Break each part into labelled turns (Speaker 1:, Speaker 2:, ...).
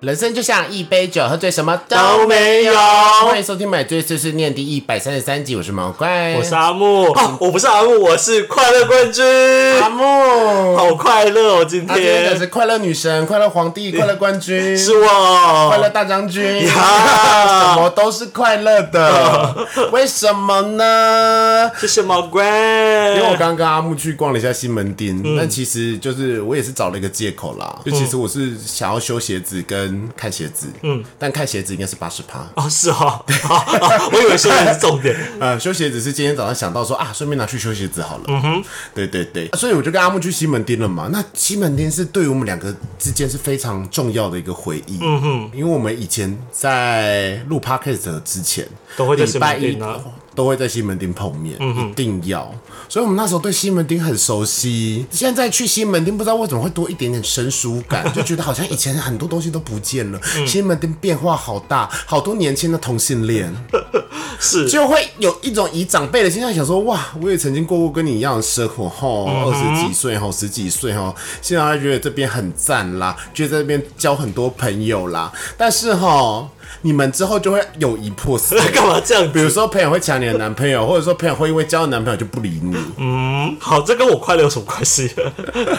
Speaker 1: 人生就像一杯酒，喝醉什么
Speaker 2: 都
Speaker 1: 都
Speaker 2: 没
Speaker 1: 没
Speaker 2: 有
Speaker 1: 有。欢迎收听《买醉碎碎念》第一百三十三集，我是毛怪，
Speaker 2: 我是阿木，哦，我不是阿木，我是快乐冠军，
Speaker 1: 阿木。
Speaker 2: 好快乐哦，今
Speaker 1: 他今天可是
Speaker 2: 天
Speaker 1: 快乐女神、快乐皇帝、快乐冠军、
Speaker 2: 是我
Speaker 1: 快乐大将军，
Speaker 2: 呀
Speaker 1: 什么都是快乐的， 为什么呢？
Speaker 2: 谢谢毛怪，
Speaker 1: 因为
Speaker 2: 因
Speaker 1: 我刚刚跟阿木去逛了一下西门町，
Speaker 2: 嗯
Speaker 1: 但其实就是我也是找了一个借口啦，就其实我是想要修鞋子跟看鞋子，嗯，但看鞋子应该是八十趴，
Speaker 2: 哦是 哦，好好我以为说的是重点，
Speaker 1: 呃，修鞋子是今天早上想到说啊，顺便拿去修鞋子好了。嗯哼，对对对，所以我就跟阿木去西门町了嘛。那西门町是对于我们两个之间是非常重要的一个回忆。嗯哼，因为我们以前在录 podcast 之前，
Speaker 2: 都会在西
Speaker 1: 礼拜
Speaker 2: 门
Speaker 1: 一
Speaker 2: 町啊嗯
Speaker 1: 都会在西门町碰面，一定要。所以我们那时候对西门町很熟悉。现在去西门町，不知道为什么会多一点点生疏 感，就觉得好像以前很多东西都不见了。
Speaker 2: 嗯
Speaker 1: 西门町变化好大，好多年轻的同性恋。
Speaker 2: 是
Speaker 1: 就会有一种以长辈的心态想说，哇，我也曾经过过跟你一样的生活吼，二十几岁吼，十几岁吼，现在觉得这边很赞啦，觉得这边交很多朋友啦，但是吼，你们之后就会友谊破碎。
Speaker 2: 干嘛这样
Speaker 1: 比
Speaker 2: 子？
Speaker 1: 如说，朋友会抢你的男朋友，或者说朋友会因为交了男朋友就不理你。
Speaker 2: 嗯，好，这跟我快乐有什么关系？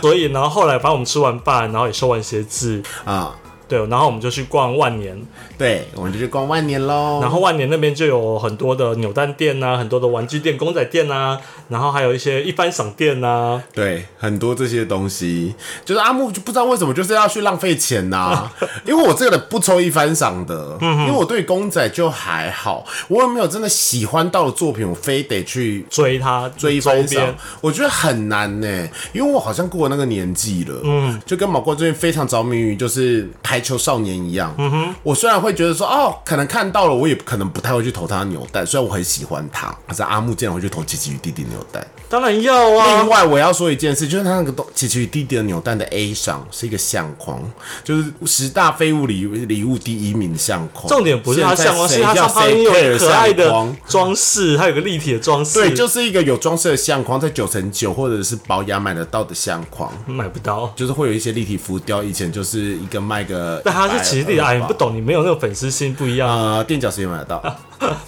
Speaker 2: 所以，然后后来，反正我们吃完饭，然后也收完鞋子，
Speaker 1: 啊、
Speaker 2: 对，然后我们就去逛万年，
Speaker 1: 对，我们就去逛万年喽。
Speaker 2: 然后万年那边就有很多的扭蛋店啊，很多的玩具店、公仔店啊，然后还有一些一番赏店啊，
Speaker 1: 对，很多这些东西，就是阿木就不知道为什么就是要去浪费钱呐、 因为我这个人不抽一番赏的，因为我对公仔就还好，我也没有真的喜欢到的作品，我非得去
Speaker 2: 追它
Speaker 1: 追一
Speaker 2: 周
Speaker 1: 番赏
Speaker 2: 边，，
Speaker 1: 我觉得很难呢、因为我好像过了那个年纪了，嗯，就跟毛怪最近非常着迷于就是排球少年一样，嗯哼，我虽然会觉得说哦，可能看到了，我也可能不太会去投他的扭蛋，虽然我很喜欢他，可是阿木竟然会去投奇奇与弟弟扭蛋。
Speaker 2: 当然要
Speaker 1: 另
Speaker 2: 啊，
Speaker 1: 外，我要说一件事，就是他那个东奇奇与弟弟的扭蛋的 A 赏是一个相框，就是十大废物礼礼物第一名的相框。
Speaker 2: 重点不是它相框，是
Speaker 1: 现
Speaker 2: 它
Speaker 1: 在谁要
Speaker 2: 上方
Speaker 1: 谁
Speaker 2: 有
Speaker 1: care
Speaker 2: 可爱的
Speaker 1: 相框
Speaker 2: 装饰，它有个立体的装饰，
Speaker 1: 对，就是一个有装饰的相框，在九乘九或者是保养买得到的相框，
Speaker 2: 买不到。
Speaker 1: 就是会有一些立体浮雕。以前就是一个卖个120吧，
Speaker 2: 但它是奇地的，哎，你不懂，你没有那种粉丝心不一样，啊
Speaker 1: 呃，垫脚石也买得到。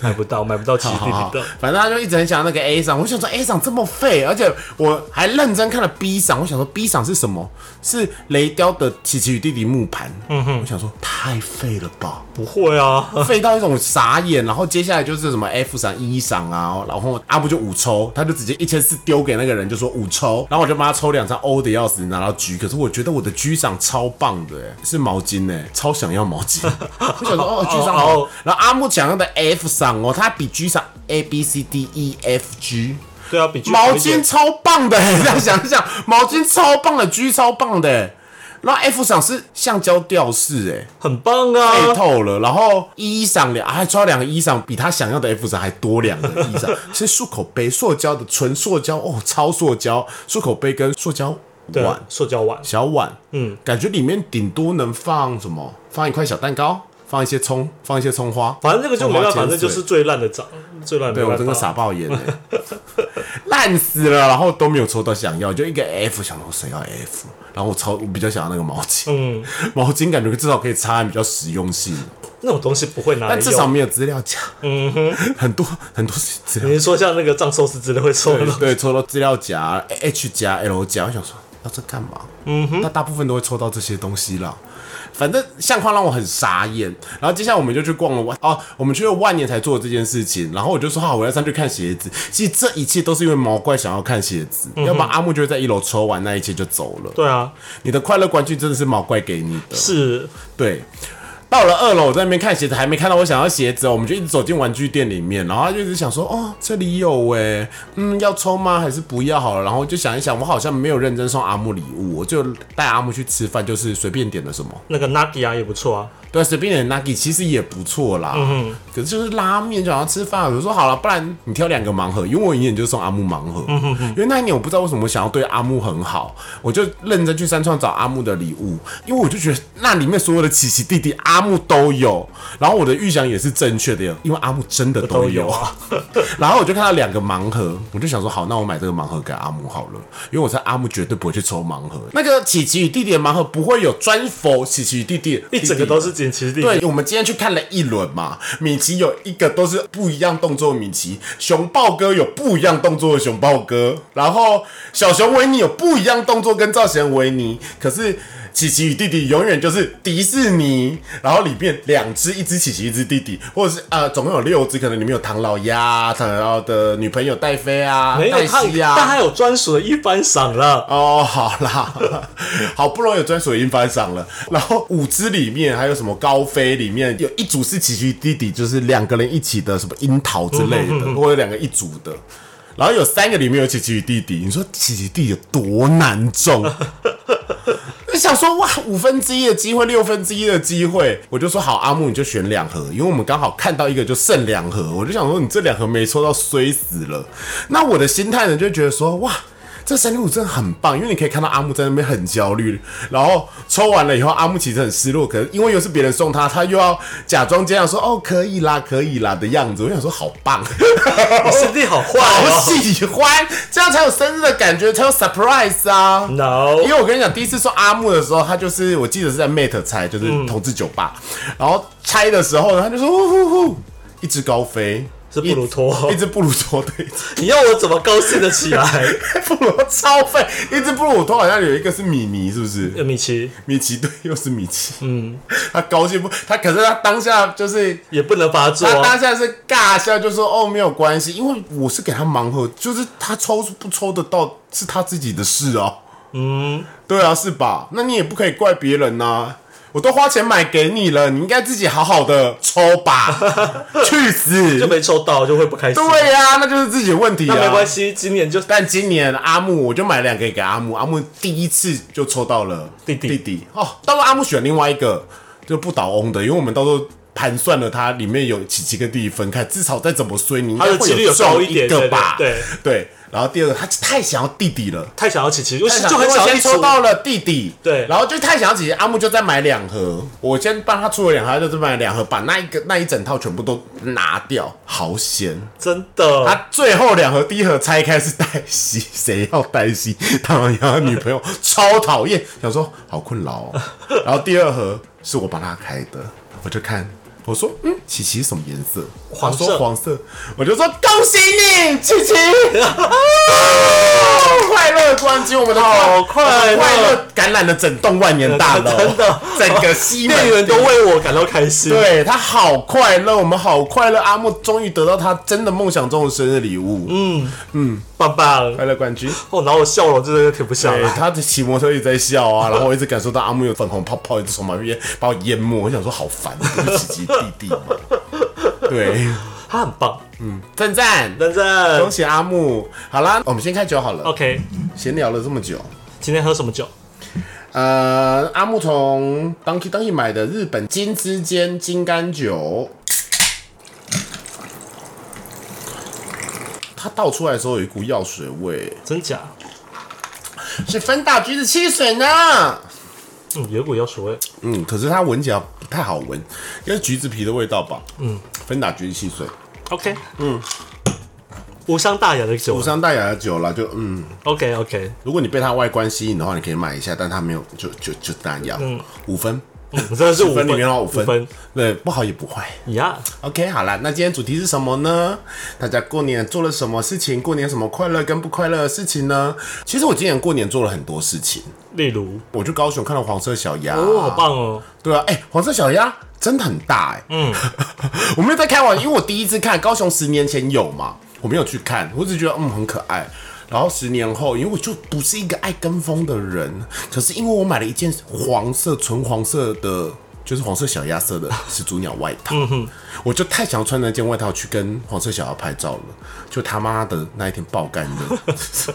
Speaker 2: 买不到，买不到奇
Speaker 1: 好
Speaker 2: 地
Speaker 1: 好好
Speaker 2: 的。，
Speaker 1: 反正他就一直很想要那个 A 赏，我想说 A 赏这么废，而且我还认真看了 B 赏，我想说 B 赏是什么？是雷雕的《琪琪与弟弟》木盘。嗯哼，我想说太废了吧，
Speaker 2: 不会啊，
Speaker 1: 废到一种傻眼。然后接下来就是什么 F 赏、E 赏啊，然后阿布就五抽，他就直接一千四丢给那个人，就说五抽，然后我就帮他抽两张 O 的要死，拿到 G。可是我觉得我的 G 赏超棒的、欸，是毛巾哎、超想要毛巾。我想说哦，G 赏好
Speaker 2: 哦哦
Speaker 1: 然后阿木讲到的 F 赏哦，它比 G 赏 A B C D E F G
Speaker 2: 对啊，比剧
Speaker 1: 毛
Speaker 2: 好一点
Speaker 1: 巾超棒的、欸，再想一想，毛巾超棒的，G 超棒的、欸然后 F 赏是橡胶吊饰、欸，
Speaker 2: 很
Speaker 1: 哎，
Speaker 2: 棒
Speaker 1: 背
Speaker 2: 啊，
Speaker 1: 透了。然后衣裳两，还抽到两个衣裳，比他想要的 F 赏还多两个衣裳，是漱口杯，塑胶的，纯塑胶哦，超塑胶，漱口杯跟塑胶
Speaker 2: 对
Speaker 1: 碗，，
Speaker 2: 塑胶碗，
Speaker 1: 小碗，嗯，感觉里面顶多能放什么？放一块小蛋糕，放一些葱，放一些葱花，
Speaker 2: 反正这个就没办法，反正就是
Speaker 1: 葱花
Speaker 2: 最烂的涨，最烂
Speaker 1: 碱水。对
Speaker 2: 没
Speaker 1: 我真的
Speaker 2: 办法。
Speaker 1: 傻爆 眼欸烂死了，然后都没有抽到想要，就一个 F，想到谁要 F，然后我抽我比较想要那个毛巾，嗯，毛巾感觉至少可以擦，比较实用性，
Speaker 2: 那种东西不会拿来
Speaker 1: 但至少
Speaker 2: 用。
Speaker 1: 没有资料夹，嗯哼，很多很多是资料
Speaker 2: 你是说像那个藏寿司之类会抽的
Speaker 1: 对
Speaker 2: 吗，
Speaker 1: 对，抽到资料夹、H 夹、L 夹，我想说要这干嘛？嗯哼，那大部分都会抽到这些东西啦。反正相框让我很傻眼，然后接下来我们就去逛了万哦，我们去了万年才做这件事情，然后我就说好，我要上去看鞋子。其实这一切都是因为毛怪想要看鞋子，要不然阿木就会在一楼抽完那一切就走了。
Speaker 2: 对啊，
Speaker 1: 你的快乐冠军真的是毛怪给你的，
Speaker 2: 是
Speaker 1: 对。到了二楼，我在那边看鞋子，还没看到我想要鞋子哦，我们就一直走进玩具店里面，然后他就一直想说，哦，这里有诶，嗯，要抽吗？还是不要好了？然后就想一想，我好像没有认真送阿木礼物，我就带阿木去吃饭，就是随便点了什么，
Speaker 2: 那个 Nadia 也不错啊，
Speaker 1: 对，随便点 Nagi 其实也不错啦，嗯，可是就是拉面就想要吃饭，我就说好了，不然你挑两个盲盒，因为我以前就送阿木盲盒，
Speaker 2: 嗯
Speaker 1: 因为那一年我不知道为什么我想要对阿木很好，我就认真去三创找阿木的礼物，因为我就觉得那里面所有的奇奇弟弟阿木都有，然后我的预想也是正确的，因为阿木真的都
Speaker 2: 都有
Speaker 1: 有
Speaker 2: 啊。
Speaker 1: 然后我就看到两个盲盒，我就想说好，那我买这个盲盒给阿木好了，因为我猜阿木绝对不会去抽盲盒。那个琪琪与弟弟的盲盒不会有专否琪琪与弟弟，
Speaker 2: 一整个都是剪奇弟弟，
Speaker 1: 对，我们今天去看了一轮嘛，米奇有一个都是不一样动作的米奇，熊豹哥有不一样动作的熊豹哥，然后小熊维尼有不一样动作跟造型的维尼，可是。琪琪与弟弟永远就是迪士尼，然后里面两只，一只琪琪，一只弟弟，或者是呃，总共有六只，可能里面有唐老鸭、唐老鸭的女朋友戴妃啊、
Speaker 2: 没有
Speaker 1: 黛
Speaker 2: 他，
Speaker 1: 西啊，
Speaker 2: 但他有专属的一番赏了。
Speaker 1: 哦，好啦， 好不容易有专属音翻赏了。然后五只里面还有什么高飞里面有一组是奇奇弟弟，就是两个人一起的什么樱桃之类的，或者两个一组的。然后有三个里面有奇奇弟弟，你说奇奇弟弟有多难中？我想说哇，五分之一的机会，六分之一的机会，我就说好，阿木你就选两盒，因为我们刚好看到一个就剩两盒，我就想说你这两盒没抽到，衰死了。那我的心态呢，就觉得说哇。这三六五真的很棒，因为你可以看到阿木在那边很焦虑，然后抽完了以后，阿木其实很失落，可是因为又是别人送他，他又要假装这样说哦可以啦，可以啦的样子。我想说好棒，
Speaker 2: 你师弟好坏
Speaker 1: 好啊
Speaker 2: 哦
Speaker 1: 喜欢，这样才有生日的感觉，才有 surprise 啊。
Speaker 2: ，no，
Speaker 1: 因为我跟你讲，第一次送阿木的时候，他就是我记得是在 Mate 拆，就是
Speaker 2: 嗯
Speaker 1: 同志酒吧，然后拆的时候呢，他就说呼呼呼，一只高飞，
Speaker 2: 是布鲁托
Speaker 1: 一一只布鲁托，对，一 只
Speaker 2: 你要我怎么高兴得起来？
Speaker 1: 布鲁托超废，一只布鲁托好像有一个是米妮，是不是？
Speaker 2: 呃 米奇
Speaker 1: 米奇对，又是米奇，嗯，他高兴不？他可是他当下就是
Speaker 2: 也不能发作
Speaker 1: 他当
Speaker 2: 啊，
Speaker 1: 下是尬笑，就说哦没有关系，因为我是给他盲盒，就是他抽不抽得到是他自己的事哦。嗯，对啊，是吧？那你也不可以怪别人呐、我都花钱买给你了，你应该自己好好的抽 吧，去死！
Speaker 2: 就没抽到就会不开心。
Speaker 1: 对啊呀、那就是自己的问题啊。
Speaker 2: 那没关系，今年就
Speaker 1: 但今年阿木，我就买两个给阿木，阿木第一次就抽到了
Speaker 2: 弟弟
Speaker 1: 弟弟哦，到时候阿木选另外一个就不倒翁的，因为我们到时候。盘算了，它里面有琪琪跟弟弟分开，至少再怎么衰，你应该
Speaker 2: 它的
Speaker 1: 会
Speaker 2: 几率有
Speaker 1: 中
Speaker 2: 高一点
Speaker 1: 个吧？
Speaker 2: 对
Speaker 1: 对。然后第二个，他太想要弟弟了，
Speaker 2: 太想要琪琪，就
Speaker 1: 太想
Speaker 2: 就很想要
Speaker 1: 因为
Speaker 2: 一
Speaker 1: 先
Speaker 2: 组
Speaker 1: 抽。到了弟弟，
Speaker 2: 对
Speaker 1: 然后就太想要姐姐，阿木就再买两盒，我先帮他出了两盒，他就再买两盒，把那一个那一整套全部都拿掉，好险！
Speaker 2: 真的，
Speaker 1: 他最后两盒第一盒拆开是黛西， 谁要黛西？当然要女 朋友，超讨厌，想说好困扰、哦。然后第二盒是我帮他开的，我就看。我说，嗯，琪琪什么颜色？
Speaker 2: 黄色
Speaker 1: 他说黄色。我就说恭喜你，琪 琪，啊快乐冠军，我们的
Speaker 2: 好快乐
Speaker 1: 快乐感染了整栋万年大楼，
Speaker 2: 真的
Speaker 1: 整个西门
Speaker 2: 店员都为我感到开心。
Speaker 1: 对他好快乐，我们好快乐。阿木终于得到他真的梦想中的生日礼物，嗯，
Speaker 2: 棒棒
Speaker 1: 快乐冠军。
Speaker 2: 哦，然后我笑容真的停不下
Speaker 1: 对，
Speaker 2: 来。
Speaker 1: 他骑摩托一直在笑 啊，然后我一直感受到阿木有粉红泡泡一直从旁边把我淹没，我想说好烦，不是奇奇弟弟嘛。对，
Speaker 2: 他很棒，
Speaker 1: 赞赞，
Speaker 2: 认
Speaker 1: 恭
Speaker 2: 真。
Speaker 1: 喜阿木。好啦，我们先开酒好了，
Speaker 2: OK，
Speaker 1: 闲聊了这么久。
Speaker 2: 今天喝什么酒？
Speaker 1: 呃，阿木从 Donkey Donkey 买的日本金之间金柑酒，它倒出来的时候有一股药水味，
Speaker 2: 真假？
Speaker 1: 是芬达橘子汽水呢。
Speaker 2: 嗯，有股药水味。
Speaker 1: 嗯，可是它闻起来不太好闻，因为橘子皮的味道吧。嗯，芬达橘子汽水，
Speaker 2: OK，嗯，无伤大雅的酒
Speaker 1: 无。伤大雅的酒啦，就嗯，
Speaker 2: OK OK，
Speaker 1: 如果你被它外观吸引的话，你可以买一下，但它没有，就就就那样。嗯，五分，
Speaker 2: 嗯， 真的是五
Speaker 1: 分
Speaker 2: 分
Speaker 1: 里面的话五
Speaker 2: 五
Speaker 1: 分，对，不好也不坏。
Speaker 2: 呀。
Speaker 1: OK，好了，那今天主题是什么呢？大家过年做了什么事情？过年有什么快乐跟不快乐的事情呢？其实我今年过年做了很多事情，
Speaker 2: 例如，
Speaker 1: 我去高雄看到黄色小鸭，
Speaker 2: 哦，好棒哦，
Speaker 1: 对啊，哎、黄色小鸭真的很大哎、嗯， 我没有在开玩笑，因为我第一次看高雄十年前有嘛，我没有去看，我只觉得嗯很可爱。然后十年后，因为我就不是一个爱跟风的人，可是因为我买了一件黄色、纯黄色的，就是黄色小鸭色的始祖鸟外套，我就太想要穿那件外套去跟黄色小鸭拍照了，就他妈的那一天爆干热。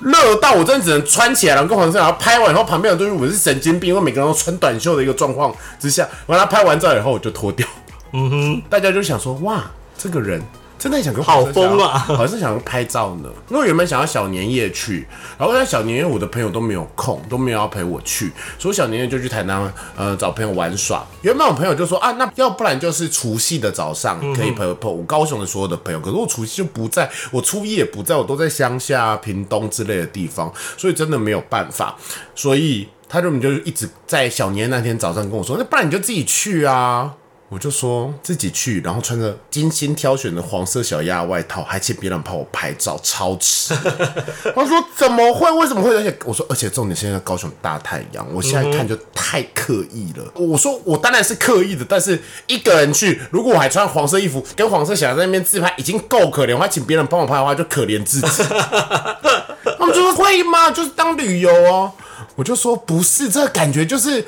Speaker 1: 热到我真的只能穿起来，然后跟黄色然后拍完以后，旁边的都是我是神经病，因为每个人都穿短袖的一个状况之下，完了拍完照以后我就脱掉，嗯哼，大家就想说哇，这个人真的很想跟
Speaker 2: 好
Speaker 1: 黄色想要
Speaker 2: 疯啊
Speaker 1: 好像想要拍照呢。因为我原本想要小年夜去，然后在小年夜我的朋友都没有空，都没有要陪我去，所以我小年夜就去台南呃找朋友玩耍。原本我朋友就说啊，那要不然就是除夕的早上
Speaker 2: 嗯
Speaker 1: 可以陪陪我高雄的所有的朋友，可是我除夕就不在，我初一也不在，我都在乡下、屏东之类的地方，所以真的没有办法，所以。他就就一直在小年夜那天早上跟我说，那不然你就自己去啊。我就说自己去，然后穿着精心挑选的黄色小鸭外套，还请别人帮我拍照，超值。他说怎么会？为什么会？而且我说，而且重点现在高雄大太阳，我现在看就太刻意了。我说我当然是刻意的，但是一个人去，如果我还穿黄色衣服跟黄色小鸭在那边自拍，已经够可怜。我还请别人帮我拍的话，就可怜自己。他们就说会吗？就是当旅游哦。我就说不是，这个感觉就是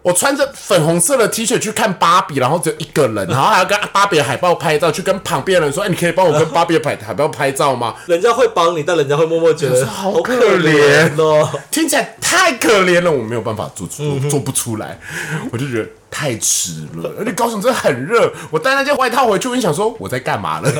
Speaker 1: 我穿着粉红色的 T 恤去看芭比，然后只有一个人，然后还要跟芭比的海报拍照，去跟旁边的人说：“哎、你可以帮我跟芭比的海海报拍照吗？”
Speaker 2: 人家会帮你，但人家会默默觉得
Speaker 1: 好
Speaker 2: 可
Speaker 1: 可
Speaker 2: 怜哦。
Speaker 1: 听起来太可怜了，我没有办法做出做不出来，我就觉得太迟了。而且高雄真的很热，我带那件外套回去，我就想说我在干嘛了。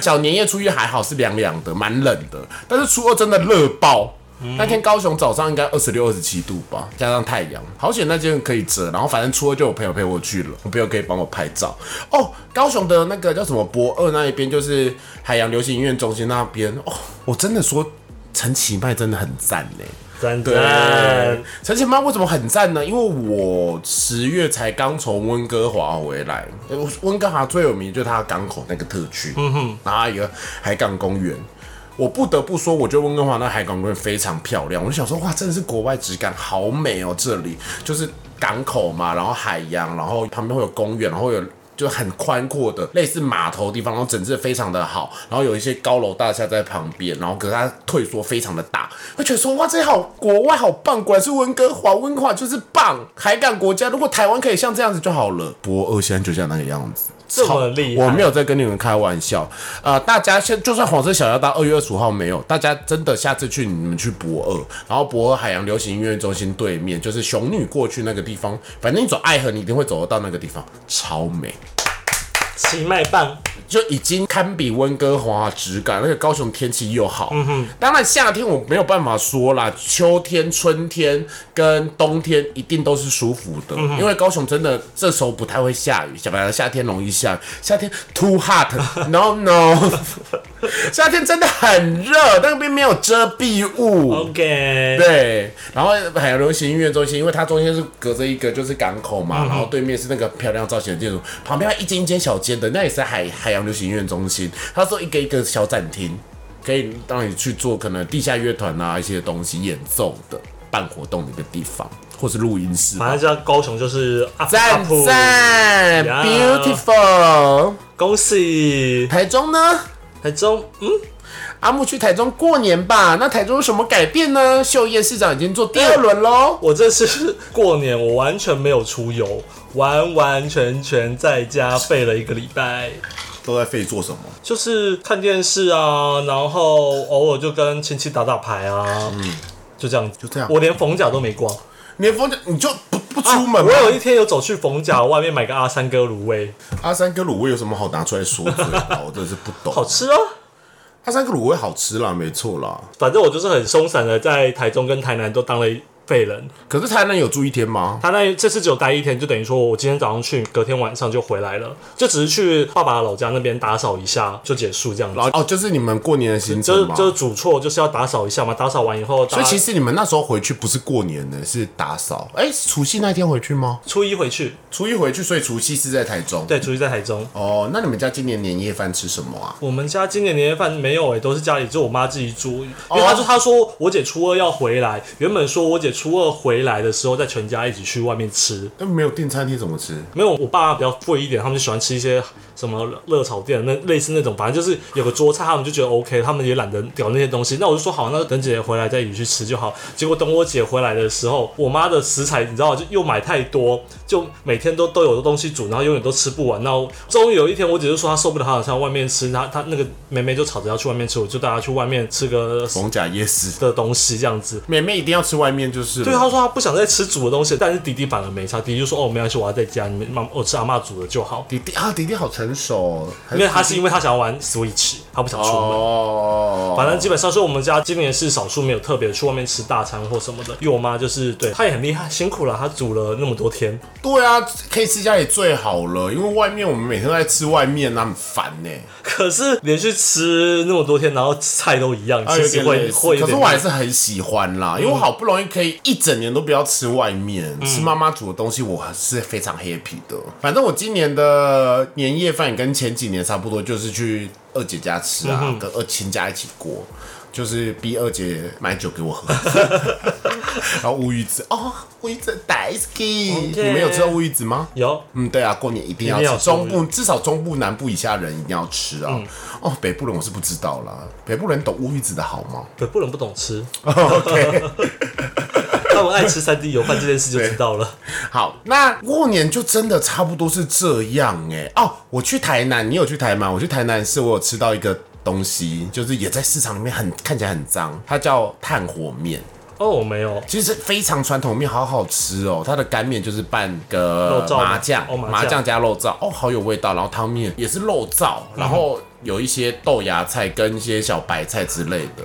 Speaker 1: 小年夜初一还好是凉凉的，蛮冷的，但是初二真的热爆。那天高雄早上应该二十六、二十七度吧，加上太阳，好险那件可以遮。然后反正初二就有朋友陪我去了，我朋友可以帮我拍照。哦，高雄的那个叫什么博二那一边，就是海洋流行音乐中心那边。哦，我真的说陈其迈真的很赞呢。
Speaker 2: 赞
Speaker 1: 对
Speaker 2: 赞，，
Speaker 1: 陈其迈为什么很赞呢？因为我十月才刚从温哥华回来，呃温哥华最有名就是它的港口那个特区，嗯哼，然后还有一个海港公园。我不得不说，我觉得温哥华那海港公园非常漂亮。我就想说，哇，真的是国外质感，好美哦！这里就是港口嘛，然后海洋，然后旁边会有公园，然后有就很宽阔的类似码头的地方，然后整治得非常的好，然后有一些高楼大厦在旁边，然后可是它退缩非常的大，会觉得说哇，这里好国外好棒，果然是温哥华，温哥华就是棒，海港国家。如果台湾可以像这样子就好了，博二现在就像那个样子，
Speaker 2: 这么厉害
Speaker 1: 我没有在跟你们开玩笑，呃，大家现就算黄色小妖到二月二十五号没有，大家真的下次去你们去博二，然后博二海洋流行音乐中心对面就是熊女过去那个地方，反正你走爱河，你一定会走得到那个地方，超美。
Speaker 2: 奇麦棒，
Speaker 1: 就已经堪比温哥华质感，而且高雄天气又好。嗯哼，当然夏天我没有办法说啦，秋天、春天跟冬天一定都是舒服的，因为高雄真的这时候不太会下雨，小白夏天容易下雨，夏天 too hot，no no，夏天真的很热，但并没有遮蔽物。
Speaker 2: OK，
Speaker 1: 对，然后海洋流行音乐中心，因为它中间是隔着一个就是港口嘛，然后对面是那个漂亮造型的建筑，旁边还一间一间小间的，那也是海海洋流行音乐中心，它做一个一个小展厅，可以让你去做可能地下乐团啊一些东西演奏的办活动的一个地方，或是录音室。
Speaker 2: 马上就要高雄就是 up
Speaker 1: 赞
Speaker 2: up，
Speaker 1: 赞
Speaker 2: 呀
Speaker 1: ，beautiful。
Speaker 2: 恭喜
Speaker 1: 台中呢？
Speaker 2: 台中，嗯，
Speaker 1: 阿木去台中过年吧。那台中有什么改变呢？秀叶市长已经做第二轮喽。
Speaker 2: 我这次过年我完全没有出游，完完全全在家废了一个礼拜。
Speaker 1: 都在废做什么？
Speaker 2: 就是看电视啊，然后偶尔就跟亲戚打打牌啊，嗯，就这样子，就
Speaker 1: 这样
Speaker 2: 我连逢甲都没逛，
Speaker 1: 你的风筝你就不不出门吗
Speaker 2: 啊我？有一天有走去逢甲外面买个阿三哥卤味，
Speaker 1: 阿三哥卤味有什么好拿出来说嘴的？我真的是不懂。
Speaker 2: 好吃啊。
Speaker 1: 阿三哥卤味好吃啦，没错啦。
Speaker 2: 反正我就是很松散的，在台中跟台南都当了废人。
Speaker 1: 可是台南有住一天吗？
Speaker 2: 他那这次只有待一天，就等于说我今天早上去，隔天晚上就回来了，就只是去爸爸老家那边打扫一下就结束这样子
Speaker 1: 然。后哦，就是你们过年的行
Speaker 2: 就是
Speaker 1: 程嘛。
Speaker 2: 就是主错就是要打扫一下嘛，打扫完以后，
Speaker 1: 所
Speaker 2: 所
Speaker 1: 以其实你们那时候回去不是过年的，是打扫。哎、是除夕那天回去吗？
Speaker 2: 初一回去，
Speaker 1: 初一回去，所以除夕是在台中。
Speaker 2: 对，初一在台中。
Speaker 1: 哦，那你们家今年年夜饭吃什么啊？
Speaker 2: 我们家今年年夜饭没有哎、都是家里就我妈自己煮，因
Speaker 1: 哦
Speaker 2: 为她说她说我姐初二要回来，原本说我姐初二回来的时候再全家一起去外面吃，
Speaker 1: 那哎没有订餐厅怎么吃？
Speaker 2: 没有我爸妈比较贵一点，他们就喜欢吃一些什么热炒店那类似那种，反正就是有个桌菜，他们就觉得 OK，他们也懒得屌那些东西。那我就说好，那等姐姐回来再一起去吃就好。结果等我姐回来的时候，我妈的食材你知道就又买太多，就每天都都有东西煮，然后永远都吃不完。那我终于有一天，我姐就说她受不了，她想上外面吃，她她那个妹妹就吵着要去外面吃，我就带她去外面吃个
Speaker 1: 逢甲夜市，
Speaker 2: 的东西这样子。
Speaker 1: 妹妹一定要吃外面，就是事
Speaker 2: 对，
Speaker 1: 了。
Speaker 2: 他说他不想再吃煮的东西，但是弟弟反而没差，弟弟就说哦没关系，我要在家里面妈我吃阿嬷煮的就好，
Speaker 1: 迪迪啊，迪迪好成熟哦，因
Speaker 2: 因为他是因为他想要玩 Switch，他不想出门。
Speaker 1: 哦，
Speaker 2: 反正基本上说我们家今年是少数没有特别去外面吃大餐或什么的，因为我妈就是对她也很厉害，辛苦了，她煮了那么多天，
Speaker 1: 对啊，可以吃家里最好了，因为外面我们每天都在吃外面，那很烦呢、
Speaker 2: 可是连续吃那么多天，然后菜都一样，
Speaker 1: 啊
Speaker 2: 其实
Speaker 1: 有点
Speaker 2: 会
Speaker 1: 类似
Speaker 2: 会有
Speaker 1: 可是
Speaker 2: 点嗯
Speaker 1: 我还是很喜欢啦，因为我好不容易可以一整年都不要吃外面，吃妈妈煮的东西，我还是非常 happy 的。反正我今年的年夜饭跟前几年差不多，就是去二姐家吃啊，
Speaker 2: 嗯
Speaker 1: 跟二亲家一起过。就是逼二姐买酒给我 喝，然后乌鱼子哦，乌鱼子 d i s y 你
Speaker 2: OK
Speaker 1: 们有吃到乌鱼子吗？
Speaker 2: 有
Speaker 1: 嗯，对啊，过年一定要
Speaker 2: 一定要
Speaker 1: 吃，
Speaker 2: 吃嗯
Speaker 1: 中部至少中部、南部以下人一定要吃啊。哦，北部人我是不知道啦，北部人懂乌鱼子的好吗
Speaker 2: 北部人不懂吃，
Speaker 1: 哦？OK，
Speaker 2: 他们爱吃三 D 油饭这件事就知道了。
Speaker 1: 好，那过年就真的差不多是这样哎、哦，我去台南，你有去台南？我去台南是我有吃到一个东西，就是也在市场里面很看起来很脏，它叫炭火面。
Speaker 2: 哦，我没有，
Speaker 1: 其实非常传统面，好好吃哦。它的干面就是拌个
Speaker 2: 肉燥吗
Speaker 1: 麻酱，
Speaker 2: 哦麻酱
Speaker 1: 酱加肉燥，哦，好有味道。然后汤面也是肉燥，然后有一些豆芽菜跟一些小白菜之类的。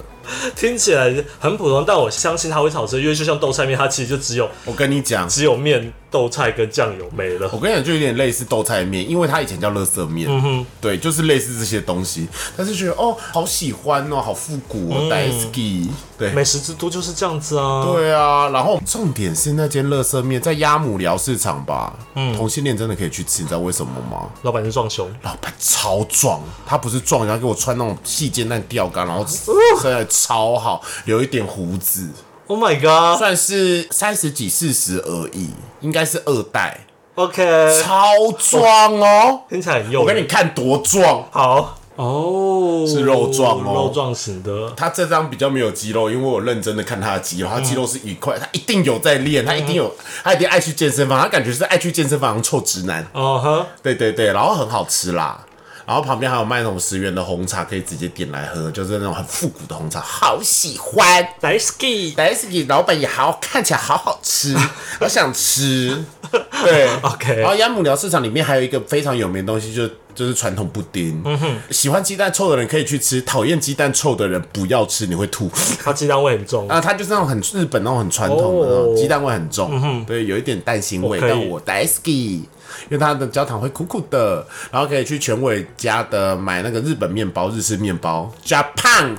Speaker 2: 听起来很普通，但我相信他会好吃，因为就像豆菜面，它其实就只有
Speaker 1: 我跟你讲，
Speaker 2: 只有面、豆菜跟酱油没了
Speaker 1: 我。跟你讲，就有点类似豆菜面，因为它以前叫乐色面，
Speaker 2: 嗯
Speaker 1: 对，就是类似这些东西。但是觉得哦，好喜欢哦，好复古
Speaker 2: 嗯
Speaker 1: 哦 d a i s k i 对，
Speaker 2: 美食之都就是这样子啊。
Speaker 1: 对啊，然后重点是那间乐色面在鸭母寮市场吧，
Speaker 2: 嗯
Speaker 1: 同性恋真的可以去吃，你知道为什么吗？
Speaker 2: 老板是壮熊，
Speaker 1: 老板超壮，他不是壮，然后给我穿那种细肩带吊杆，然后身材超好，有一点胡子，
Speaker 2: Oh my god！OK，、
Speaker 1: 算是三十几四十而已，应该是二代，
Speaker 2: OK，
Speaker 1: 超壮哦！
Speaker 2: 听起来很诱
Speaker 1: 我
Speaker 2: 人。
Speaker 1: 给你看多壮，
Speaker 2: 好哦，
Speaker 1: 是肉状哦
Speaker 2: 肉状型的。
Speaker 1: 他这张比较没有肌肉，因为我认真的看他的肌肉，他肌肉是一块，他一定有在练，他一定有，他一定爱去健身房，他感觉是爱去健身房臭直男，
Speaker 2: 哦哈，
Speaker 1: 对对对，然后很好吃啦。然后旁边还有卖那种十元的红茶，可以直接点来喝，就是那种很复古的红茶，好喜欢。
Speaker 2: 来 ski。
Speaker 1: 但是你老板也好，看起来好好 吃，好想吃。 对
Speaker 2: OK
Speaker 1: 然后鸭母寮市场里面还有一个非常有名的东西，就就是传统布丁。嗯哼，喜欢鸡蛋臭的人可以去吃，讨厌鸡蛋臭的人不要吃，你会吐。
Speaker 2: 它鸡蛋味很重，
Speaker 1: 啊，它就是那种很日本那种很传统的那种
Speaker 2: 哦
Speaker 1: 鸡蛋味很重，对，有一点蛋腥味，
Speaker 2: 我可以
Speaker 1: 但我 d a i s k y 因为它的焦糖会苦苦的，然后可以去全伟家的买那个日本面包、日式面包，Japan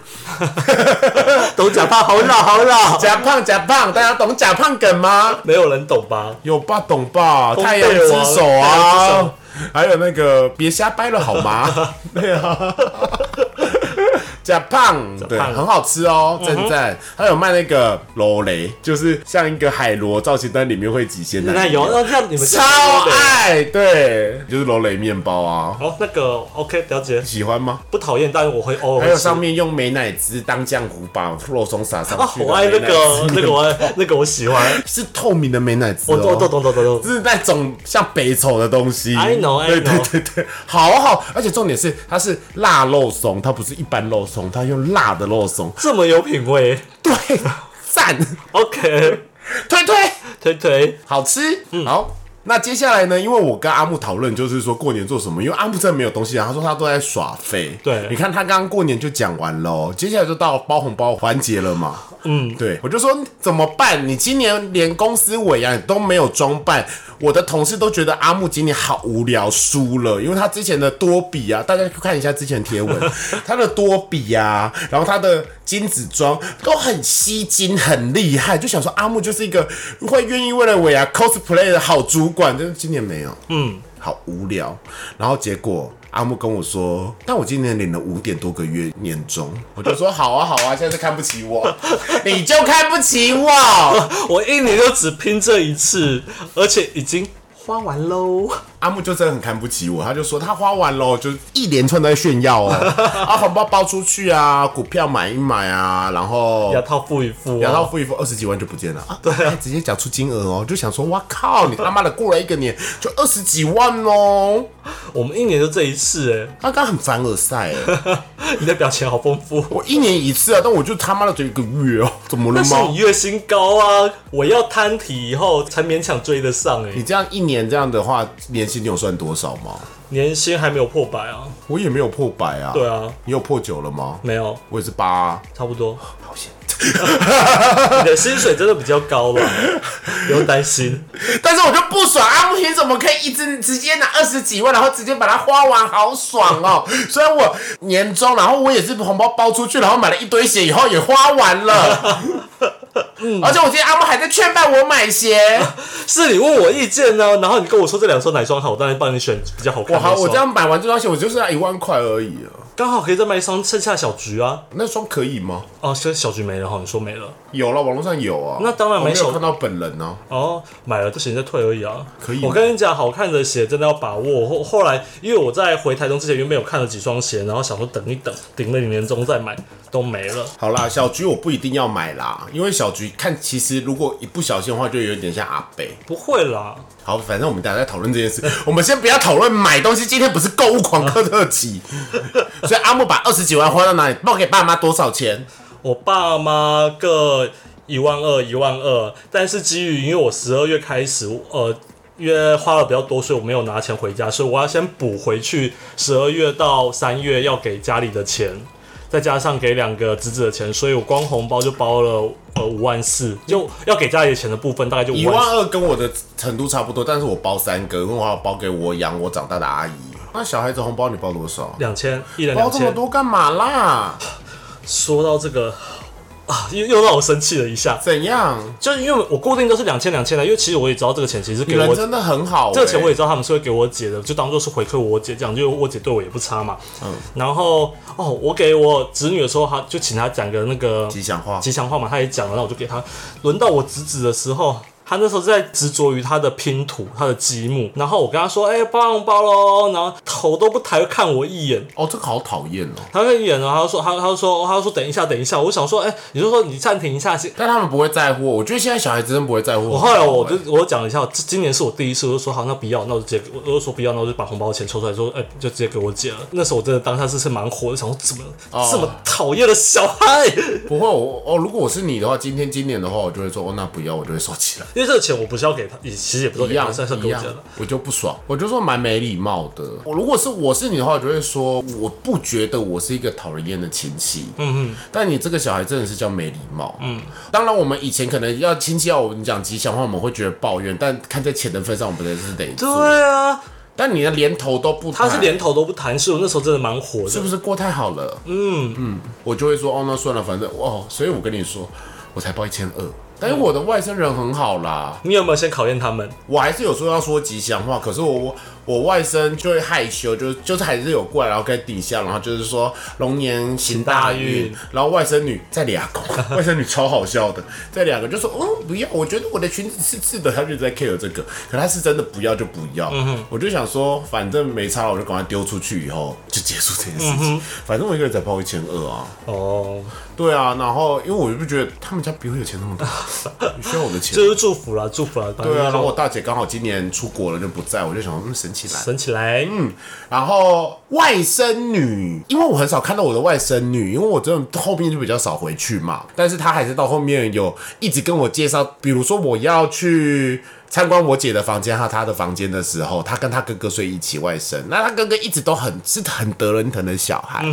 Speaker 2: 懂假胖好老好老，
Speaker 1: Japan Japan，大家懂 Japan 梗吗？
Speaker 2: 没有人懂吧？
Speaker 1: 有吧，懂吧？
Speaker 2: 烘焙
Speaker 1: 太阳之
Speaker 2: 王
Speaker 1: 手
Speaker 2: 太阳之手
Speaker 1: 啊，还有那个别瞎掰了好 吗？对啊。 假胖，对，
Speaker 2: 胖嗯
Speaker 1: 很好吃哦，赞赞。还有卖那个罗雷，就是像一个海螺造型，但里面会挤鲜奶。
Speaker 2: 那有，那哦这样你们
Speaker 1: 超爱，对，就是罗雷面包啊，
Speaker 2: 好，哦那个 OK，了解，
Speaker 1: 喜欢吗？
Speaker 2: 不讨厌，但是我会偶尔
Speaker 1: 还有
Speaker 2: 吃
Speaker 1: 上面用美乃滋当酱糊，把肉松撒上
Speaker 2: 啊，
Speaker 1: 去。
Speaker 2: 我爱那个那个我爱那个我喜欢，
Speaker 1: 是透明的美乃滋、
Speaker 2: 我
Speaker 1: 哦，
Speaker 2: 懂懂懂懂懂懂，
Speaker 1: 是那种像北丑的东西。
Speaker 2: I know, I
Speaker 1: 对
Speaker 2: know
Speaker 1: 对对对，好好，而且重点是它是辣肉松，它不是一般肉松，它用辣的肉 松。
Speaker 2: 这么有品味
Speaker 1: 对，赞，
Speaker 2: ，OK，
Speaker 1: 推推，
Speaker 2: 推推
Speaker 1: 好吃，
Speaker 2: 嗯
Speaker 1: 好。那接下来呢？因为我跟阿木讨论，就是说过年做什么，因为阿木真的没有东西啊，他说他都在耍废。
Speaker 2: 对
Speaker 1: 你看他刚刚过年就讲完了哦，接下来就到包红包环节了嘛。嗯，对，我就说怎么办？你今年连公司尾牙都没有装扮，我的同事都觉得阿木今年好无聊，输了，因为他之前的多比啊，大家去看一下之前贴文，他的多比啊，然后他的金子装都很吸睛，很厉害，就想说阿木就是一个会愿意为了尾牙 cosplay 的好主管，但是今年没有，嗯，好无聊。然后结果。阿木跟我说，但我今年领了五点多个月年终，我就说好啊好啊，现在是看不起 我，你就看不起我。
Speaker 2: 我一年就只拼这一次，而且已经花完喽。
Speaker 1: 阿木就真的很看不起我，他就说他花完了，就一连串都在炫耀 哦，啊红包包出去啊，股票买一买啊，然后
Speaker 2: 牙套付一付、啊，
Speaker 1: 然后付一付二十几万就不见了啊！对啊，直接讲出金额哦，就想说，哇靠，你他妈的过了一个年就二十几万哦，
Speaker 2: 我们一年就这一次哎、哎
Speaker 1: 他刚刚很凡尔赛欸，
Speaker 2: 你的表情好丰富。
Speaker 1: 我一年一次啊，但我就他妈的只有一个月哦， 怎么了
Speaker 2: 但是
Speaker 1: 吗
Speaker 2: 你？月薪高啊，我要摊体以后才勉强追得上哎、
Speaker 1: 你这样一年这样的话，年薪你有算多少吗？
Speaker 2: 年薪还没有破百啊？
Speaker 1: 我也没有破百啊。
Speaker 2: 对嗯啊，
Speaker 1: 你有破九了吗？
Speaker 2: 没有，
Speaker 1: 我也是八、啊。
Speaker 2: 差 不多。好险，你的薪水真的比较 高了，不用担心。
Speaker 1: 但是我就不爽，阿木凭怎么可以一直直接拿二十几万，然后直接把它花完，好爽哦！ 虽然我年终，然后我也是红包包出去，然后买了一堆鞋，以后也花完 了。嗯而且我今天阿木还在劝败我买 鞋，
Speaker 2: 是你问我意见呢、然后你跟我说这两双哪一双好，我当然帮你选比较好看
Speaker 1: 我
Speaker 2: 的
Speaker 1: 好，
Speaker 2: 双。
Speaker 1: 我这样买完这双鞋，我就是要一万块而已啊
Speaker 2: 刚好可以再买一双剩下的小菊啊。
Speaker 1: 那双可以吗？
Speaker 2: 哦，现在小菊没了哈，你说没了
Speaker 1: 有了，网络上有啊。
Speaker 2: 那当然
Speaker 1: 我没
Speaker 2: 没手
Speaker 1: 有看到本人呢、
Speaker 2: 哦，买了不行再退而已啊。
Speaker 1: 可以吗
Speaker 2: 我跟你讲，好看的鞋真的要把握。后后来因为我在回台中之前，原本有看了几双鞋，然后想说等一等，顶了年终再买，都没了。
Speaker 1: 好啦，小菊我不一定要买啦，因为小菊看其实如果一不小心的话，就有点像阿北。
Speaker 2: 不会啦，
Speaker 1: 好，反正我们等一下再讨论这件事。 我们先不要讨论买东西，今天不是购物狂客特 辑。所以阿木把二十几万花到哪里？报给爸妈多少钱？
Speaker 2: 我爸妈各一万二，一万二。但是基于因为我十二月开始，呃，因为花了比较多，所以我没有拿钱回家，所以我要先补回去十二月到三月要给家里的钱，再加上给两个侄子的钱，所以我光红包就包了呃五万四，就要给家里的钱的部分大概就
Speaker 1: 一
Speaker 2: 五
Speaker 1: 万
Speaker 2: 万四。
Speaker 1: 二跟我的程度差不多，但是我包三个，因为我要包给我养我长大的阿姨。那小孩子红包你包多少？
Speaker 2: 两千，一人
Speaker 1: 包
Speaker 2: 两
Speaker 1: 这么
Speaker 2: 千。
Speaker 1: 多干嘛啦？
Speaker 2: 说到这个啊，又又让我生气了一下，
Speaker 1: 怎样？
Speaker 2: 就是因为我固定都是两千两千的，啊因为其实我也知道这个钱其实
Speaker 1: 你
Speaker 2: 给
Speaker 1: 人
Speaker 2: 我
Speaker 1: 真的很好、欸。
Speaker 2: 这个钱我也知道他们是会给我姐的，就当做是回馈我姐这样，因为我姐对我也不差嘛。嗯，然后哦，我给我侄女的时候，她就请她讲个那个
Speaker 1: 吉祥话
Speaker 2: 吉祥话嘛，她也讲了，那我就给她。轮到我侄子的时候。她那时候在执着于她的拼图，她的积木，然后我跟她说：“哎、包红包喽！”然后头都不抬，看我一眼，
Speaker 1: 哦，这个好讨厌哦。
Speaker 2: 她跟眼，然后她就说：“她她就说，她就说等一下，等一下。”我想说：“哎、你就说你暂停一下，先
Speaker 1: 但他们不会在乎，我觉得现在小孩子真不会欸在乎。
Speaker 2: 我后来哦我就我讲了一下，这今年是我第一次，我就说好，那不要，那我就直接我我就说不要，那我就把红包钱抽出来说，哎、就直接给我姐了。那时候我真的当下是是蛮火的，想说怎么、
Speaker 1: 哦
Speaker 2: 这么讨厌的小孩？
Speaker 1: 不会，我哦，如果我是你的话，今天今年的话，我就会说哦，那不要，我就会收起来。
Speaker 2: 因为这个钱我不是要给他，也其实也不是
Speaker 1: 一
Speaker 2: 给他，
Speaker 1: 样
Speaker 2: 算是给
Speaker 1: 一
Speaker 2: 我
Speaker 1: 样
Speaker 2: 姐了。，
Speaker 1: 我就不爽，我就说蛮没礼貌的。我如果是我是你的话，我就会说我不觉得我是一个讨人厌的亲戚。嗯嗯，但你这个小孩真的是叫没礼貌。嗯，当然我们以前可能要亲戚要我们讲吉祥话，我们会觉得抱怨，但看在钱的份上，我们真的是得做。
Speaker 2: 对啊，
Speaker 1: 但你的连头都不
Speaker 2: 他
Speaker 1: 谈，
Speaker 2: 是连头都不谈，所以我那时候真的蛮火的。
Speaker 1: 是不是过太好了？嗯嗯，我就会说哦，那算了，反正哦，所以我跟你说，我才报一千二。但是我的外甥人很好啦，
Speaker 2: 你有没有先考验他们？
Speaker 1: 我还是有时候要说吉祥话，可是我我我外甥就会害羞，就就是还是有过来，然后跟底下，然后就是说龙年行大
Speaker 2: 行大
Speaker 1: 运
Speaker 2: 运，
Speaker 1: 然后外甥女在俩公，外甥女超好笑的，这两个就说嗯不要，我觉得我的裙子刺刺的，她就在 care 这个，可她是真的不要就不要，我就想说反正没差了，我就赶快丢出去以后就结束这件事情，反正我一个人才包一千二啊，
Speaker 2: 哦，
Speaker 1: 对啊，然后因为我就不觉得他们家比我有钱那么多，你需要我的钱吗。
Speaker 2: 就是祝福啦，祝福啦。
Speaker 1: 对啊，然
Speaker 2: 然
Speaker 1: 后我
Speaker 2: 后
Speaker 1: 大姐刚好今年出国了就不在，我就想说嗯神奇来了。
Speaker 2: 省起来。嗯，
Speaker 1: 然后外甥女，因为我很少看到我的外甥女，因为我真的后面就比较少回去嘛。但是她还是到后面有一直跟我介绍，比如说我要去参观我姐的房间和她的房间的时候，她跟她哥哥睡一起外甥，那她哥哥一直都很是很得人疼的小孩，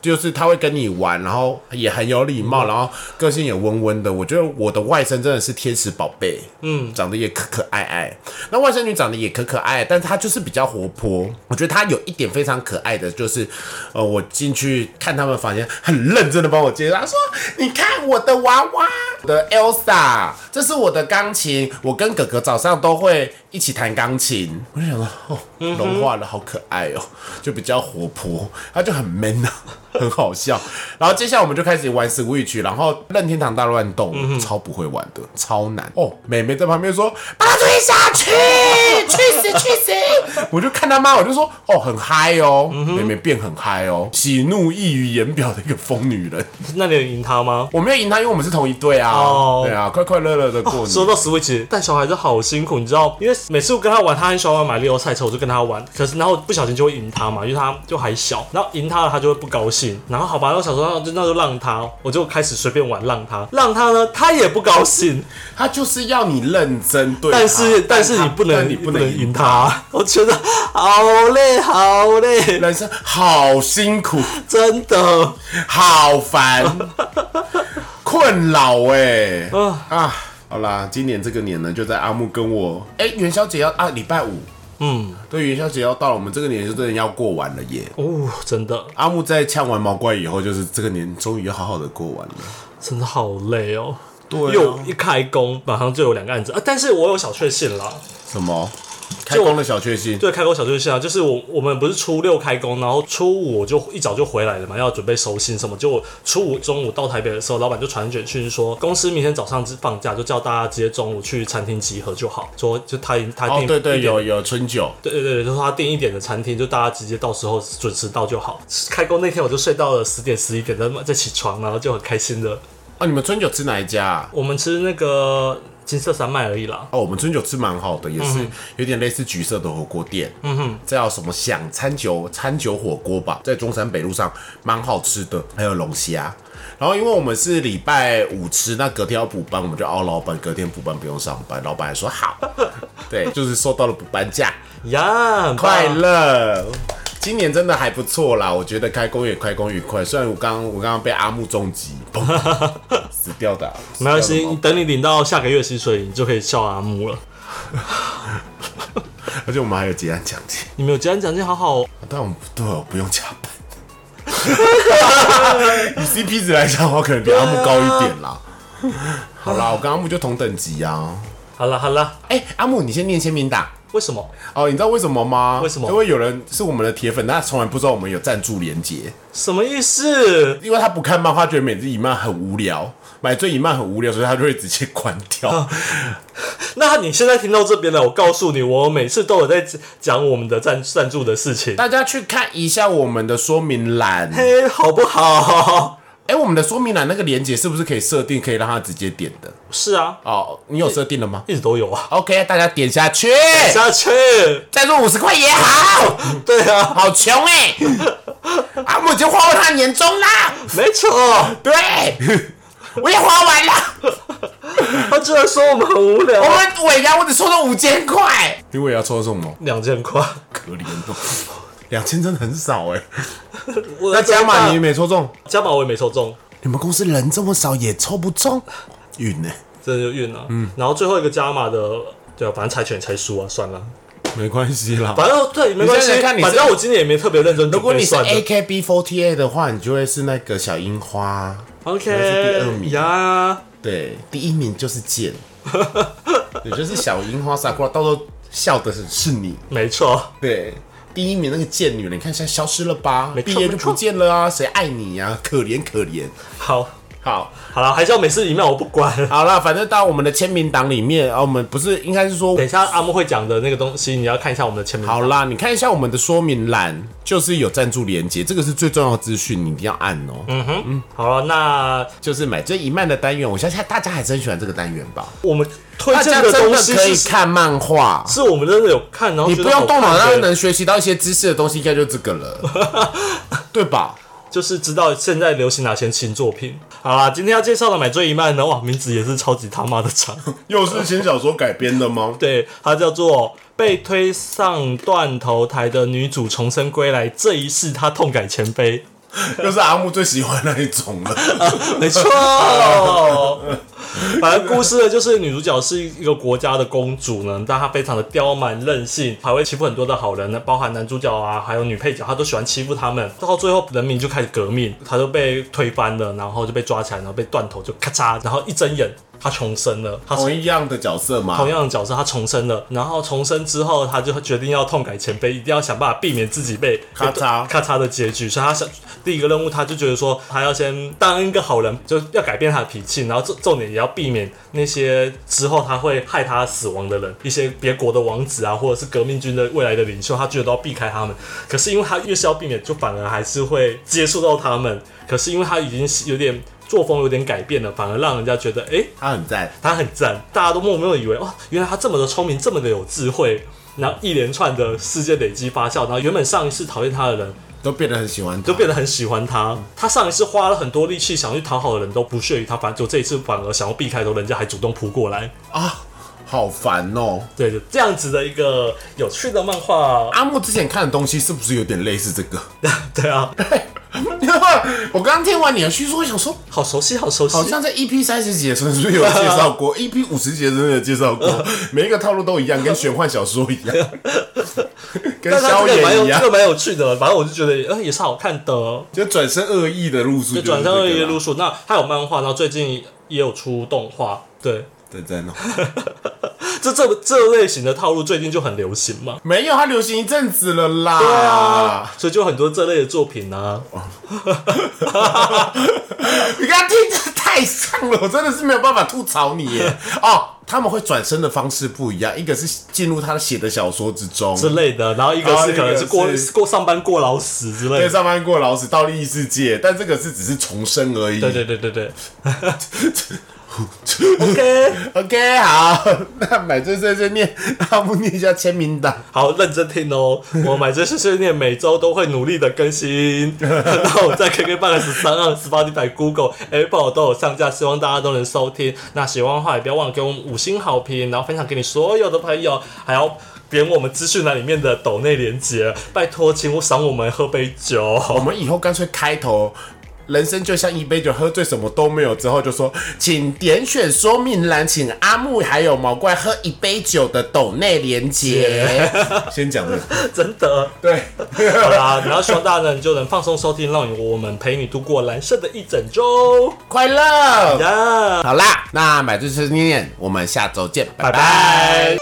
Speaker 1: 就是他会跟你玩，然后呃也很有礼貌，然后个性也温温的。我觉得我的外甥真的是天使宝贝，嗯，长得也可可爱爱。那外甥女长得也可可爱，但是她就是比较活泼。我觉得她有一点非常可爱的，就是呃，我进去看他们房间，很认真的帮我介绍，她说：“你看我的娃娃，我的 Elsa，这是我的钢琴，我跟哥哥早上都会一起弹钢琴。”我就想到，哦，融化了，好可爱哦，就比较活泼，她就很 man 啊。很好笑。然后接下来我们就开始玩 Switch，然后任天堂大乱斗，
Speaker 2: 嗯
Speaker 1: 超不会玩的，超难哦。妹妹在旁边说：“把它推下 去，去死去死！”我就看他妈，我就说：“哦，很嗨哦。
Speaker 2: 嗯
Speaker 1: 妹妹变很嗨哦，喜怒溢于言表的一个疯女人。
Speaker 2: 那你有赢他吗？
Speaker 1: 我没有赢她，因为我们是同一队啊。
Speaker 2: 哦
Speaker 1: 对啊，快快乐乐的过年。
Speaker 2: 说到 Switch，带小孩子好辛苦，你知道，因为每次我跟他玩，他很喜欢玩马里奥赛车，我就跟他玩。可是然后不小心就会赢他嘛，因为他就还小，然后赢他了他就会不高兴。然后好吧，那我想说那就那就让他，我就开始随便玩让他，让他呢他也不高兴，
Speaker 1: 他就是要你认真对他，
Speaker 2: 但是但是
Speaker 1: 他
Speaker 2: 你不能
Speaker 1: 但你不
Speaker 2: 能
Speaker 1: 能
Speaker 2: 赢他，我觉得好累好累，
Speaker 1: 人生好辛苦，
Speaker 2: 真的。
Speaker 1: 好 烦，困扰哎、
Speaker 2: 啊
Speaker 1: 啊！好啦，今年这个年呢，就在阿木跟我，哎、元宵节要啊，礼拜五，
Speaker 2: 嗯，
Speaker 1: 对，元宵节要到了，我们这个年就真的要过完了耶。
Speaker 2: 哦，真的
Speaker 1: 阿木在呛完毛怪以后，就是这个年终于要好好的过完了。
Speaker 2: 真的好累哦。
Speaker 1: 对
Speaker 2: 又
Speaker 1: 啊，
Speaker 2: 一开工，马上就有两个案子啊！但是我有小确幸啦，
Speaker 1: 什么？开工的小确幸，
Speaker 2: 对，开工小确幸啊，就是我我们不是初六开工，然后初五我就一早就回来了嘛，要准备收心什么。结果初五中午到台北的时候，老板就传简讯说，公司明天早上放假，就叫大家直接中午去餐厅集合就好。说就他他
Speaker 1: 哦
Speaker 2: 定、，
Speaker 1: 对对，有有春酒，
Speaker 2: 对对对，就是他定一点的餐厅，就大家直接到时候准时到就好。开工那天我就睡到了十点十一点，再再起床，然后就很开心的。
Speaker 1: 哦，你们春酒吃哪一家、啊？
Speaker 2: 我们吃那个金色山脉而已啦。
Speaker 1: 哦，我们春酒吃蛮好的，也是
Speaker 2: 嗯
Speaker 1: 有点类似橘色的火锅店，嗯哼，叫什么享餐酒餐酒火锅吧，在中山北路上蛮好吃的，还有龙虾。然后因为我们是礼拜五吃，那隔天要补班，我们就熬老板，隔天补班不用上班，老板还说好， 对，就是收到了补班假，
Speaker 2: 呀，很棒
Speaker 1: 快！乐。今年真的还不错啦，我觉得开工也开工愉快。虽然我刚我刚刚被阿木重 击，砰死掉的啊，
Speaker 2: 没关
Speaker 1: 死掉的
Speaker 2: 系，你
Speaker 1: 猫
Speaker 2: 等你领到下个月薪水，你就可以笑阿木了。
Speaker 1: 而且我们还有结案奖金。
Speaker 2: 你们有结案奖金，好好哦。
Speaker 1: 但我们对我不用加班。以 CP 值来讲的话，可能比阿木高一点啦。好啦，我跟阿木就同等级啊。
Speaker 2: 好了好了，
Speaker 1: 哎、阿木，你先念签名档
Speaker 2: 为什么？
Speaker 1: 哦。你知道为什么吗？
Speaker 2: 为什么
Speaker 1: 因为有人是我们的铁粉，但他从来不知道我们有赞助连接，
Speaker 2: 什么意思？
Speaker 1: 因为他不看漫画，觉得每日一漫很无聊，买醉一漫很无聊，所以他就会直接关 掉。
Speaker 2: 那你现在听到这边了，我告诉你，我每次都有在讲我们的赞赞助的事情，
Speaker 1: 大家去看一下我们的说明栏。
Speaker 2: 嘿，好不好？
Speaker 1: 哎、我们的说明栏那个连接是不是可以设定可以让他直接点的？
Speaker 2: 是啊，
Speaker 1: 哦，你有设定了吗？
Speaker 2: 一直都有啊。
Speaker 1: OK，大家点下去，
Speaker 2: 下去，
Speaker 1: 赞助五十块也好，
Speaker 2: 对啊，
Speaker 1: 好穷哎、阿木已经花完他年终啦，
Speaker 2: 没错，
Speaker 1: 对，我也花完了，
Speaker 2: 他居然说我们很无聊
Speaker 1: 我，们尾牙我只抽到五千块，你尾牙抽到什么？
Speaker 2: 两千块，
Speaker 1: 可怜哦，两千真的很少哎、
Speaker 2: 我
Speaker 1: 那加码你也
Speaker 2: 加
Speaker 1: 没抽中，
Speaker 2: 加码我也没抽中，
Speaker 1: 你们公司人这么少也抽不中，欸晕呢、
Speaker 2: 真的就运了。嗯，然后最后一个加码的，对啊，反正猜拳猜输啊，算了。
Speaker 1: 没关系啦。
Speaker 2: 反正对，没关
Speaker 1: 你现在
Speaker 2: 系，
Speaker 1: 看你是
Speaker 2: 反正我今年也没特别认真准备。
Speaker 1: 如果你是
Speaker 2: 算了
Speaker 1: AKB48 的话，你就会是那个小樱花，是第二
Speaker 2: OK
Speaker 1: 名
Speaker 2: 呀，
Speaker 1: 对，第一名就是 剑，也就是小樱花傻瓜，到时候笑的是是你。
Speaker 2: 没错，
Speaker 1: 对，第一名那个贱女人，你看现在消失了吧
Speaker 2: 没？错
Speaker 1: 毕业就
Speaker 2: 没错
Speaker 1: 不见了啊，谁爱你呀、啊？可怜可怜。
Speaker 2: 好，
Speaker 1: 好，
Speaker 2: 好了，还是要每次一面我不管。
Speaker 1: 好了，反正到我们的签名档里面啊，我们不是应该是说
Speaker 2: 等一下阿木会讲的那个东西，你要看一下我们的签名。
Speaker 1: 好啦，你看一下我们的说明栏，就是有赞助连接，这个是最重要的资讯，你一定要按哦。嗯，
Speaker 2: 好了，那
Speaker 1: 就是买这一漫的单元，我相信大家还真喜欢这个单元吧？
Speaker 2: 我们推
Speaker 1: 大
Speaker 2: 荐
Speaker 1: 家
Speaker 2: 的
Speaker 1: 真
Speaker 2: 东
Speaker 1: 的
Speaker 2: 西
Speaker 1: 可以
Speaker 2: 是
Speaker 1: 看漫画。
Speaker 2: 是我们真的有看，然后
Speaker 1: 你
Speaker 2: 觉
Speaker 1: 不
Speaker 2: 得好
Speaker 1: 用动脑，
Speaker 2: 看
Speaker 1: 让
Speaker 2: 的
Speaker 1: 人能学习到一些知识的东西，应该就这个了， 对吧？
Speaker 2: 就是知道现在流行哪些新作品。好啦，今天要介绍的《买醉一漫》呢，哇，名字也是超级他妈的长。
Speaker 1: 又是新小说改编的吗？
Speaker 2: 对，它叫做《被推上断头台的女主重生归来》，这一世她痛改前非。
Speaker 1: 又是阿木最喜欢那一种了。
Speaker 2: 没错。反正故事呢，就是女主角是一个国家的公主呢，但她非常的刁蛮任性，还会欺负很多的好人呢，包含男主角啊，还有女配角，她都喜欢欺负他们。到最后，人民就开始革命，她就被推翻了，然后就被抓起来，然后被断头，就咔嚓，然后一睁眼，她重生了，她
Speaker 1: 同一样的角色嘛
Speaker 2: 同，样的角色，她重生了，然后重生之后，她就决定要痛改前非，一定要想办法避免自己被
Speaker 1: 咔嚓
Speaker 2: 咔嚓的结局。所以她想第一个任务，她就觉得说，她要先当一个好人，就要改变她的脾气，然后重重点也要避免那些之后她会害她死亡的人，一些别国的王子啊，或者是革命军的未来的领袖，她觉得都要避开他们。可是因为她越是要避免，就反而还是会接触到他们。可是因为她已经有点作风有点改变了，反而让人家觉得哎、诶
Speaker 1: 他很赞，
Speaker 2: 他很赞，大家都默默的以为哇，原来他这么的聪明，这么的有智慧。然后一连串的事件累积发酵，然后原本上一次讨厌他的人，
Speaker 1: 都变得很喜欢他，
Speaker 2: 都变得很喜欢他。他上一次花了很多力气想要去讨好的人都不屑于他，反正就这一次反而想要避开的时候，人家还主动扑过来。
Speaker 1: 啊，好烦哦。
Speaker 2: 对，就这样子的一个有趣的漫画。
Speaker 1: 阿木之前看的东西是不是有点类似这个？
Speaker 2: 对啊，
Speaker 1: 我刚刚听完你的叙述，我想说，
Speaker 2: 好熟悉，好熟悉。
Speaker 1: 好像在 EP 三十几的时候是不是有介绍 过？EP 五十几的时候有介绍 过，每一个套路都一样，跟玄幻小说 一样，跟
Speaker 2: 但他
Speaker 1: 萧
Speaker 2: 这个蛮
Speaker 1: 炎
Speaker 2: 有，
Speaker 1: 一
Speaker 2: 这
Speaker 1: 样，
Speaker 2: 个蛮有趣的。反正我就觉得，呃，也是好看的。
Speaker 1: 就转身恶意的路数，
Speaker 2: 就转向二页路，数，那还有漫画，然后最近也有出动画。对，
Speaker 1: 真真哦，
Speaker 2: 这这这类型的套路最近就很流行嘛。
Speaker 1: 没有，它流行一阵子了啦。
Speaker 2: 对啊，所以就很多这类的作品啊。
Speaker 1: 你刚刚听的太像了，我真的是没有办法吐槽你 耶。哦，他们会转身的方式不一样，一个是进入他写的小说之中，
Speaker 2: 之类的，然后一个
Speaker 1: 哦
Speaker 2: 是可能是过
Speaker 1: 一个是
Speaker 2: 过上班过劳死之类
Speaker 1: 对，
Speaker 2: 的，
Speaker 1: 上班过劳死到另一世界，但这个是只是重生而已。
Speaker 2: 对对对对对，OK，
Speaker 1: OK，好，那买醉碎碎念，那我们念一下签名档。
Speaker 2: 好认真听哦，我买这碎碎念每周都会努力的更新，然后我在 KK b o x 三二 Spotify、Google、Apple 都有上架，希望大家都能收听。那喜欢的话也不要忘了给我们五星好评，然后分享给你所有的朋友，还要。点我们资讯栏里面的抖内连接，拜托，请勿赏我们喝杯酒。
Speaker 1: 我们以后干脆开头，人生就像一杯酒，喝醉什么都没有，之后就说，请点选说明栏，请阿木还有毛怪喝一杯酒的抖内连接。 先讲这个，
Speaker 2: 真的，
Speaker 1: 对，
Speaker 2: 好啦，然后希望大家呢你就能放松收听，让我们陪你度过蓝色的一整周。
Speaker 1: 快乐。
Speaker 2: 呀、
Speaker 1: 好啦，那买醉碎碎念，我们下周见，
Speaker 2: 拜
Speaker 1: 拜拜
Speaker 2: 拜。